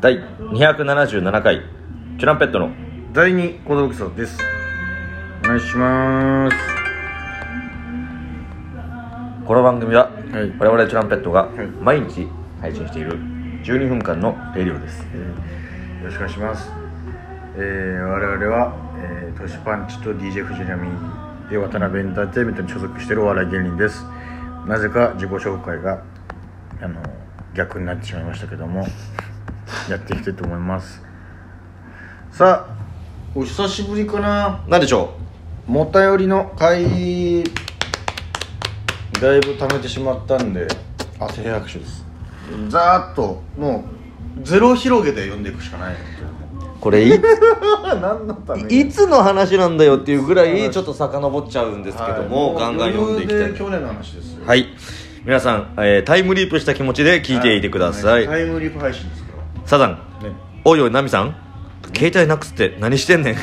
第277回チュランペットの第二小道具さんですお願いしますこの番組は、はい我々チュランペットがい毎日配信している12分間の営業ですえーよろしくお願いします、えー我々は、えー、トシパンチと DJ フジラミで渡辺エンターテインメントに所属しているお笑い芸人ですなぜか自己紹介があの逆になってしまいましたけどもやっていきたいと思いますさあお久しぶりかな何でしょもたよりの会だいぶ溜めてしまったんで汗拍手ですざーっともうゼロ広げで読んでいくしかないうこれい 何のため いつの話なんだよっていうぐらはいいちょっと遡っちゃうんですけども、ガンガン読んでいきたい去年の話ですよはい皆さん、えータイムリープした気持ちで聞いていてください、タイムリープ配信ですかサザンらねおいおいナミさん携帯なくすって何してん ねん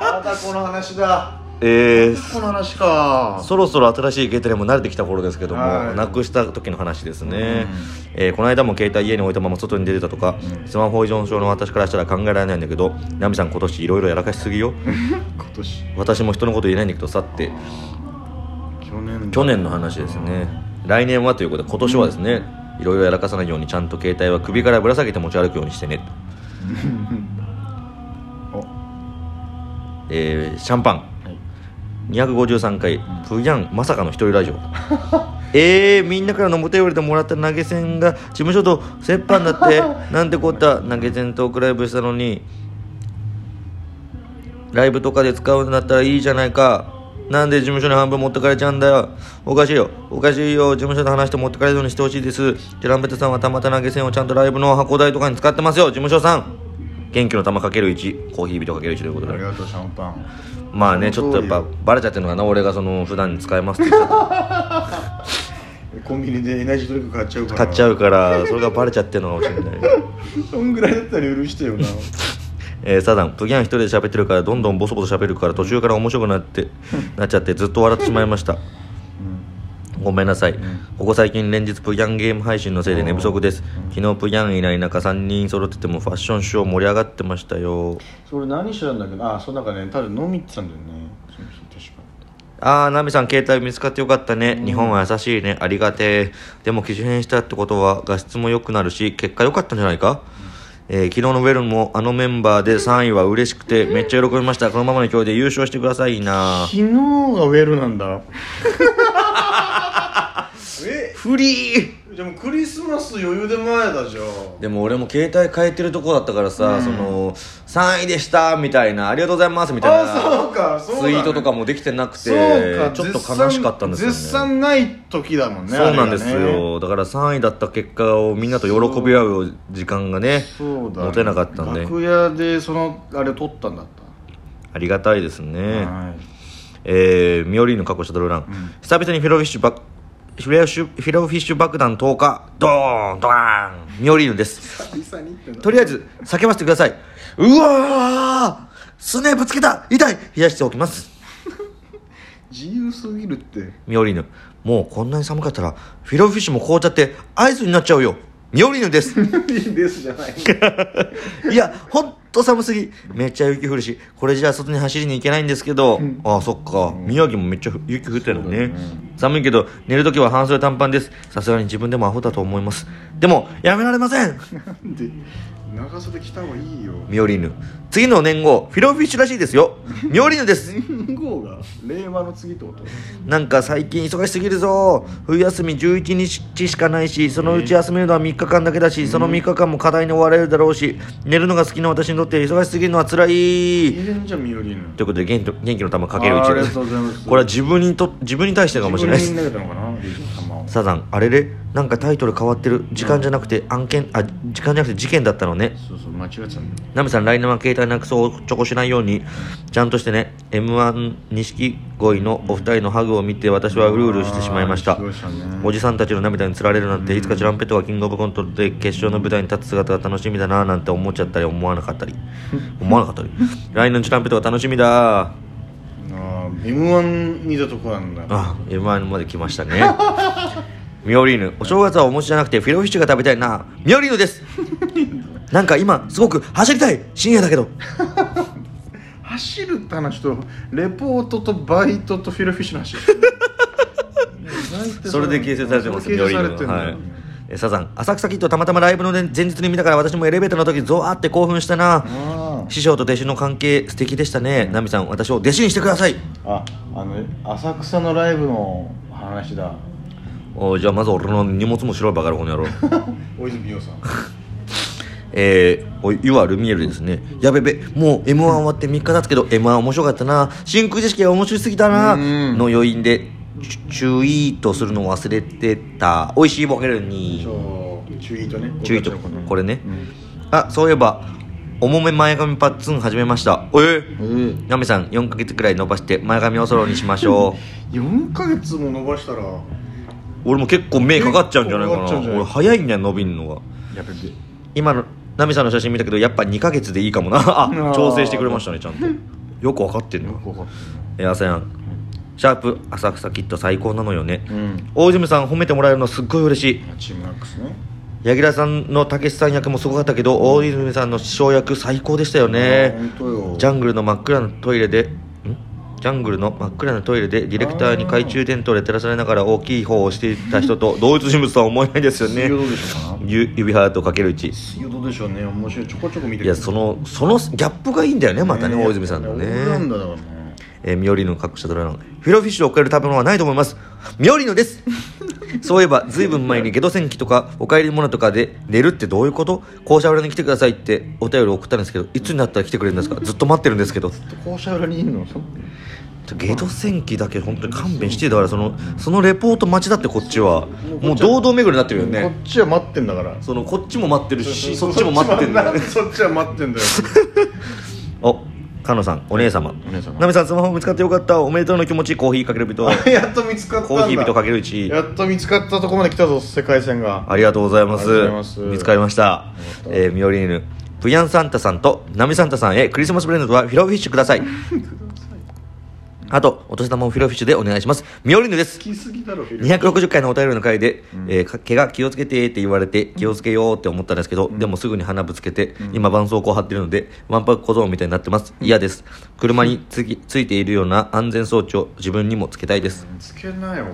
またこの話だえー、この話かそろそろ新しい携帯にも慣れてきた頃ですけども、はいなくした時の話ですね、えーこの間も携帯家に置いたまま外に出てたとか、スマホ依存症の私からしたら考えられないんだけどナミさん今年いろいろやらかしすぎよ今年私も人のこと言えないんだけどさって去年去年の話ですね来年はということで今年はですねいろいろやらかさないようにちゃんと携帯は首からぶら下げて持ち歩くようにしてね、おえーシャンパン253回プヤンまさかの一人ラジオえー、みんなからのお便りでもらった投げ銭が事務所と折半だ ってなんてこった投げ銭トークライブしたのにライブとかで使うんだったらいいじゃないかなんで事務所に半分持ってかれちゃうんだよおかしいよおかしいよ事務所と話して持ってかれるようにしてほしいですジランペットさんはたまた投げ銭をちゃんとライブの箱代とかに使ってますよ事務所さん元気の玉かける1コーヒー人かける1ということありでがとうシャンパンまあねちそょっのと通やっりぱバレちゃってるのかな俺がその普段使えますって言っちゃっコンビニでエナジードリンク買っちゃうかたら買っちゃうからそれがバレちゃってるのかもしれない そんぐらいだったら許してよなえーサダンプギャン一人で喋ってるからどんどんボソボソ喋るから途中から面白くなってなっちゃってずっと笑ってしまいましたごめんなさい、ここ最近連日プギャンゲーム配信のせいで寝不足です、昨日プギャンいない中3人揃っててもファッションショー盛り上がってましたよそれ何してたんだっけどあその中ねただ飲み行ってたんだよねその日確かああナミさん携帯見つかってよかったね、日本は優しいねありがてえでも機種変したってことは画質も良くなるし結果良かったんじゃないか、えー昨日のウェルもあのメンバーで3位は嬉しくてめっちゃ喜びましたこのままの勢いで優勝してくださいな昨日がウェルなんだ えフリーでもクリスマス余裕で前だじゃんでも俺も携帯変えてるとこだったからさ、その3位でしたみたいなありがとうございますみたいなあそうかそうだねツイートとかもできてなくてそうかちょっと悲しかったんですよね絶賛ない時だもんねそうなんですあれがねよ、だから3位だった結果をみんなと喜び合う時間がねそうだね持てなかったんで楽屋でそのあれ撮ったんだっありがたいですた、ね、はいえーミオリーヌ過去シャトルラン、久々にフィロフィッシュバフィロフィッシュフィロフィッシュ爆弾10日ドーンドーンミオリーヌです久々にってなとりあえず叫ばせてくださいうわーすねぶつけた痛い冷やしておきます自由すぎ るってミオリーヌもうこんなに寒かったらフィロフィッシュも凍っちゃってアイスになっちゃうよミオリーヌですいいですじゃないいや、ほんと寒すぎ。めっちゃ雪降るし、これじゃあ外に走りに行けないんですけど、ああ、そっか。宮城もめっちゃ雪降ってるのね。寒いけど、寝るときは半袖短パンです。さすがに自分でもアホだと思います。でも、やめられませんなんで長袖着た方がいいよミオリーヌ。次の年号、フィロフィッシュらしいですよ。ミオリーヌです。年号が令和の次ってことなんか最近忙しすぎるぞ冬休み11日しかないしそのうち休めるのは3日間だけだしその3日間も課題に追われるだろうし寝るのが好きな私にとって忙しすぎるのは辛いいいじゃんミオリーヌということで元気元気の玉かけるうちあーありがとうございますこれは自分にと自分に対してかもしれないで自す分に投げたのかなリーヌ様をサザンあれれなんかタイトル変わってる時間じゃなくて案件あ時間じゃなくて事件だったのねそうそう間違ってたんだよナミさん来年は携帯なくそうおっちょこしないようにちゃんとしてね m 1錦鯉のお二人のハグを見て私はうるうるしてしまいましたあーすごいしたねおじさんたちの涙につられるなんていつかチュランペットがキングオブコントで決勝の舞台に立つ姿が楽しみだななんて思っちゃ ったり思わなかったり思わなかったり来年のチュランペットが楽しみだああ m 1にいたとこなんだ あ M−1 まで来ましたねミオリーヌお正月はお餅じゃなくてフィロフィッシュが食べたいなミオリーヌです なんか今すごく走りたい深夜だけど走るって話とレポートとバイトとフィルフィッシュの話いや大体それで形成されてますそれミでオ形リーヌの成されてるのはいえサザン浅草キッドたまたまライブの前前日に見たから私もエレベーターの時ゾワーって興奮したなあー師匠と弟子の関係素敵でしたねナミさん私を弟子にしてくださいああの浅草のライブの話だおいじゃあまず俺の荷物も白いバカロこの野郎大泉洋さんえー、おいゆわルミエルですねやべべもう m 1終わって3日経つけど m 1面白かったな真空ジェシカが面白すぎたなうんの余韻でチュチュイートするの忘れてたおいしいボケるにそう注意とね注意とこれね、うんあそういえば重め前髪パッツン始めましたえー、えナミさん4ヶ月くらい伸ばして前髪おそろにしまし ょえ4ヶ月も伸ばしたらやう俺も結構目かかっちゃうんじゃないかな結構かかっちゃうんじゃない俺早いんだよ伸びんのがべて今のナミさんの写真見たけどやっぱ2ヶ月でいいかもな あー調整してくれましたねちゃん とよく分かってるよよくわかっえー、アセアンシャープ浅草キッド最高なのよね、たうん大泉さん褒めてもらえるのすっごい嬉しいチームワックスね柳楽さんのたけしさん役もすごかったけど大泉さんの師匠役最高でしたよねあー本当よジャングルの真っ暗なトイレでんジャングルの真っ暗なトイレでディレクターに懐中電灯で照らされながら大きい方をしていた人 と同一人物とは思えないですよね水曜どうでしょうかなゆ指ハートかけるうち水曜どうでしょうね面白いちょこちょこ見ていやそのそのギャップがいいんだよねまたね大泉さんのねなんだだからねえー、ミオリーヌの各社ドラのフィロフィッシュを超える食べ物はないと思いますミオリーヌですそういえばずいぶん前にゲド戦記とかおかえりモノとかで寝るってどういうこと校舎裏に来てくださいってお便り送ったんですけどいつになったら来てくれるんですかずっと待ってるんですけど校舎裏にいるのそゲド戦記だけ本当に勘弁してだからそのそのレポート待ちだってこっちはもう堂々巡りになってるよこねっちは待ってんだからそのこっちも待ってるしそっちも待ってるんだよねそっちは 待って んだよおかのさんお姉様お姉様なみさんスマホ見つかってよかったおめでとうの気持ちコーヒーかける 人あやっと見つかったんだコーヒー人かけるうちやっと見つかったとこまで来たぞ世界線がありがとうございますありがとうございます見つかりましたよかったえーミオリーヌブヤンサンタさんとナミサンタさんへクリスマスプレゼントはフィロフィ ッシュくださいあとお年玉もフィロフィッシュでお願いしますミオリーヌです好きすぎだろフィル260回のお便りの回で、えーか怪我気をつけてって言われて気をつけようって思ったんですけど、でもすぐに鼻ぶつけて、今絆創膏貼ってるのでワンパク小僧みたいになってます嫌です車につきついているような安全装置を自分にもつけたいですつけなよ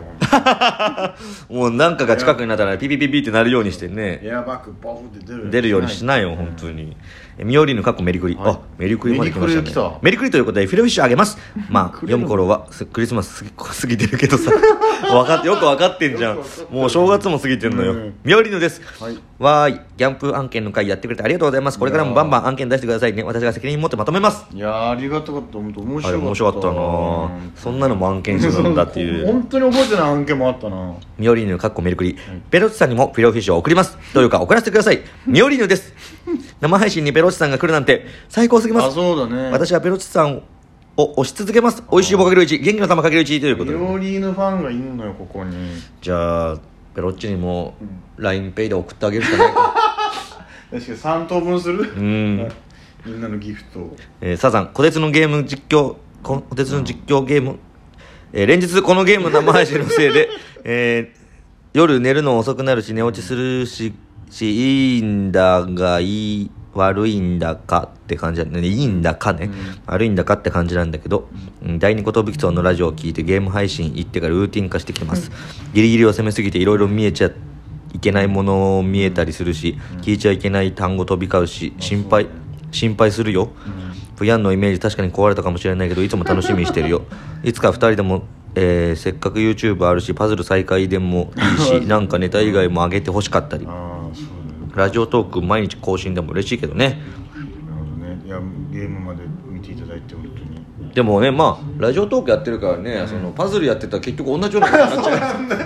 もうなんかが近くになったらピピピピってなるようにしてねエアバッグボフって出る出るようにしないよ、本当に。えミオリーヌかっこメリクリ、はいあメリクリまで来ましたねメリクリ来たメリクリということでフィルフィッシュあげ ますまあクリ読なのむ頃はすクリスマス過ぎ過ぎてるけ どさ分かってよく分かってんじゃんよく分かってるもう正月も過ぎてんのよ、うんミオリーヌです、はいわーいギャンプ案件の会やってくれてありがとうございますこれからもバンバン案件出してくださいね私が責任持ってまとめますいやーありがたかった本当面あれ白かった面白かったなあそんなのも案件してたんだっていう 本当に覚えてない案件もあったなミオリーヌかっこメルクリ、ベロッチさんにもフィロフィッシュを送りますというか送らせてくださいミオリーヌです生配信にベロッチさんが来るなんて最高すぎまあすそうだね私はベロッチさんを推し続けます美味しい棒かけるうち元気の玉かけるうちということミでオリーヌファンがいるのよここにじゃあベロッチにも LINEPay で送ってあげるしかないか確かに3等分するうん、 みんなのギフトをえーサザン虎鉄のゲーム実況こ虎鉄の実況ゲーム、えー連日このゲームの生配信のせい で、えー夜寝るの遅くなるし寝落ちするししいいんだがいい悪いんだかって感じだねいいんだかね、悪いんだかって感じなんだけど、うん、第二寿町のラジオを聞いてゲーム配信行ってからルーティン化してきてます、ギリギリを攻めすぎていろいろ見えちゃいけないものを見えたりするし、聞いちゃいけない単語飛び交うし心配心配するよ、ブヤンのイメージ確かに壊れたかもしれないけどいつも楽しみにしてる よいつか2人でも、えーせっかく YouTube あるしパズル再開でもいいし なんかネタ以外も上げてほしかったりああそうだよラジオトーク毎日更新でも嬉しいけどねなるほどねいやゲームまで見ていただいて本当にでもねまあラジオトークやってるからねそのパズルやってたら結局同じようなことになっちゃ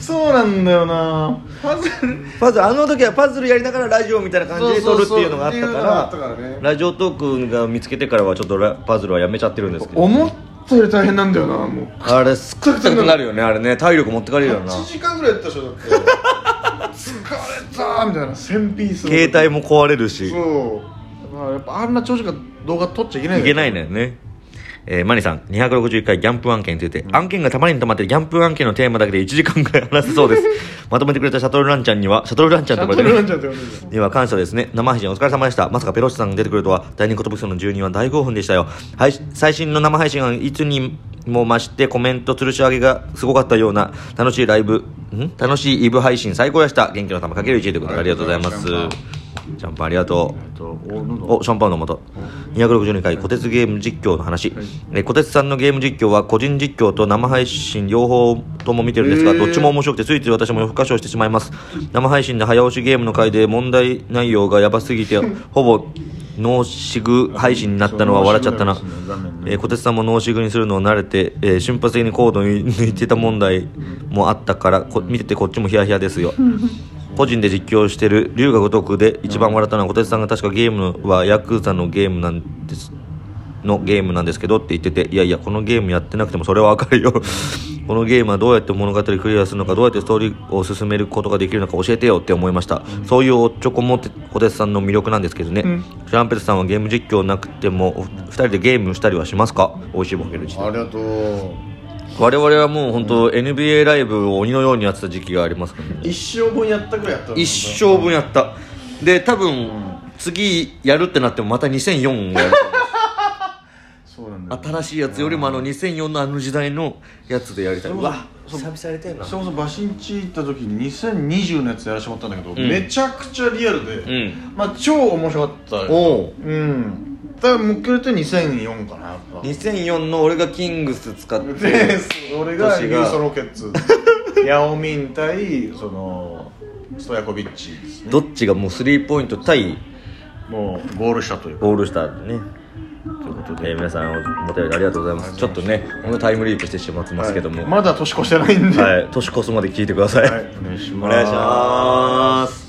う そうなんだよなパズルパズルあの時はパズルやりながらラジオみたいな感じで撮るっていうのがあったかそうそうそうらっていうのがあったからねラジオトークが見つけてからはちょっとラパズルはやめちゃってるんですけど思ったより大変なんだよなもうあれすっごく強くなるよねあれね体力持ってかれるよな1時間ぐらいやったでしょだって 疲れたーみたいな1000ピース携帯も壊れるしそうだからやっぱあんな長時間動画撮っちゃいけないいけないいのよね、えーマニさん、261回ギャンプ案件について、案件がたまりに溜まってるギャンプ案件のテーマだけで1時間ぐらい話せそ うです。まとめてくれたシャトルランちゃんには、シャトルランちゃんとャかトでルランちゃんって呼んでるには感謝ですね生配信お疲れ様でしたまさかペロシさんが出てくるとは第二言武器の住人は大興奮でしたよ配信最新の生配信はいつにも増してコメント吊るし上げがすごかったような楽しいライブん楽しいイブ配信最高でした元気の玉かける1ということでありがとうございますありがとうございまジャンプありがとうえっとおなんだおシャンパンの元262回虎鉄ゲーム実況の話、え虎鉄さんのゲーム実況は個人実況と生配信両方とも見てるんですが、へーどっちも面白くてついつい私も夜更かしをしてしまいます生配信で早押しゲームの回で問題内容がやばすぎてほぼノーシグ配信になったのは笑っちゃったなそうノーシグだったんですね残念ねえー小鉄さんもノーシグにするのを慣れて、えー瞬発的にコードを抜いてた問題もあったからこ見ててこっちもヒヤヒヤです よ個人で実況してる龍が如くで一番笑ったのは小鉄さんが確かゲームはヤクザのゲームなんですのゲームなんですけどって言ってていやいやこのゲームやってなくてもそれはわかるよ このゲームはどうやって物語クリアするのかどうやってストーリーを進めることができるのか教えてよって思いました、そういうおっちょこもて小鉄さんの魅力なんですけどね、うんトランペットさんはゲーム実況なくてもお二人でゲームしたりはしますか美味しいボケる時ありがとう我々はもう本当 NBA ライブを鬼のようにやってた時期がありますからね一生分やったぐらいやったの一生分やったで多分次やるってなってもまた2004をやるそうなんだよ新しいやつよりもあの2004のあの時代のやつでやりたいううわわ久々やりたいなそもそもバシンチ行った時に2020のやつやらしてもらったんだけど、めちゃくちゃリアルで、うんまあ超面白かったよおううん多分もう一回言うと2004かなやっぱ2004の俺がキングス使ってで俺が私ユがーソロケッツ ヤオミン対そのストヤコビッチですねどっちがもうスリーポイント対もうゴールしたというかオールスターでねということで、えー皆さんお便りありがとうございますちょっとねこのタイムリープしてしまってますけども、はいはまだ年越してないんいで、年越すまで聞いてください、お願いしお願いします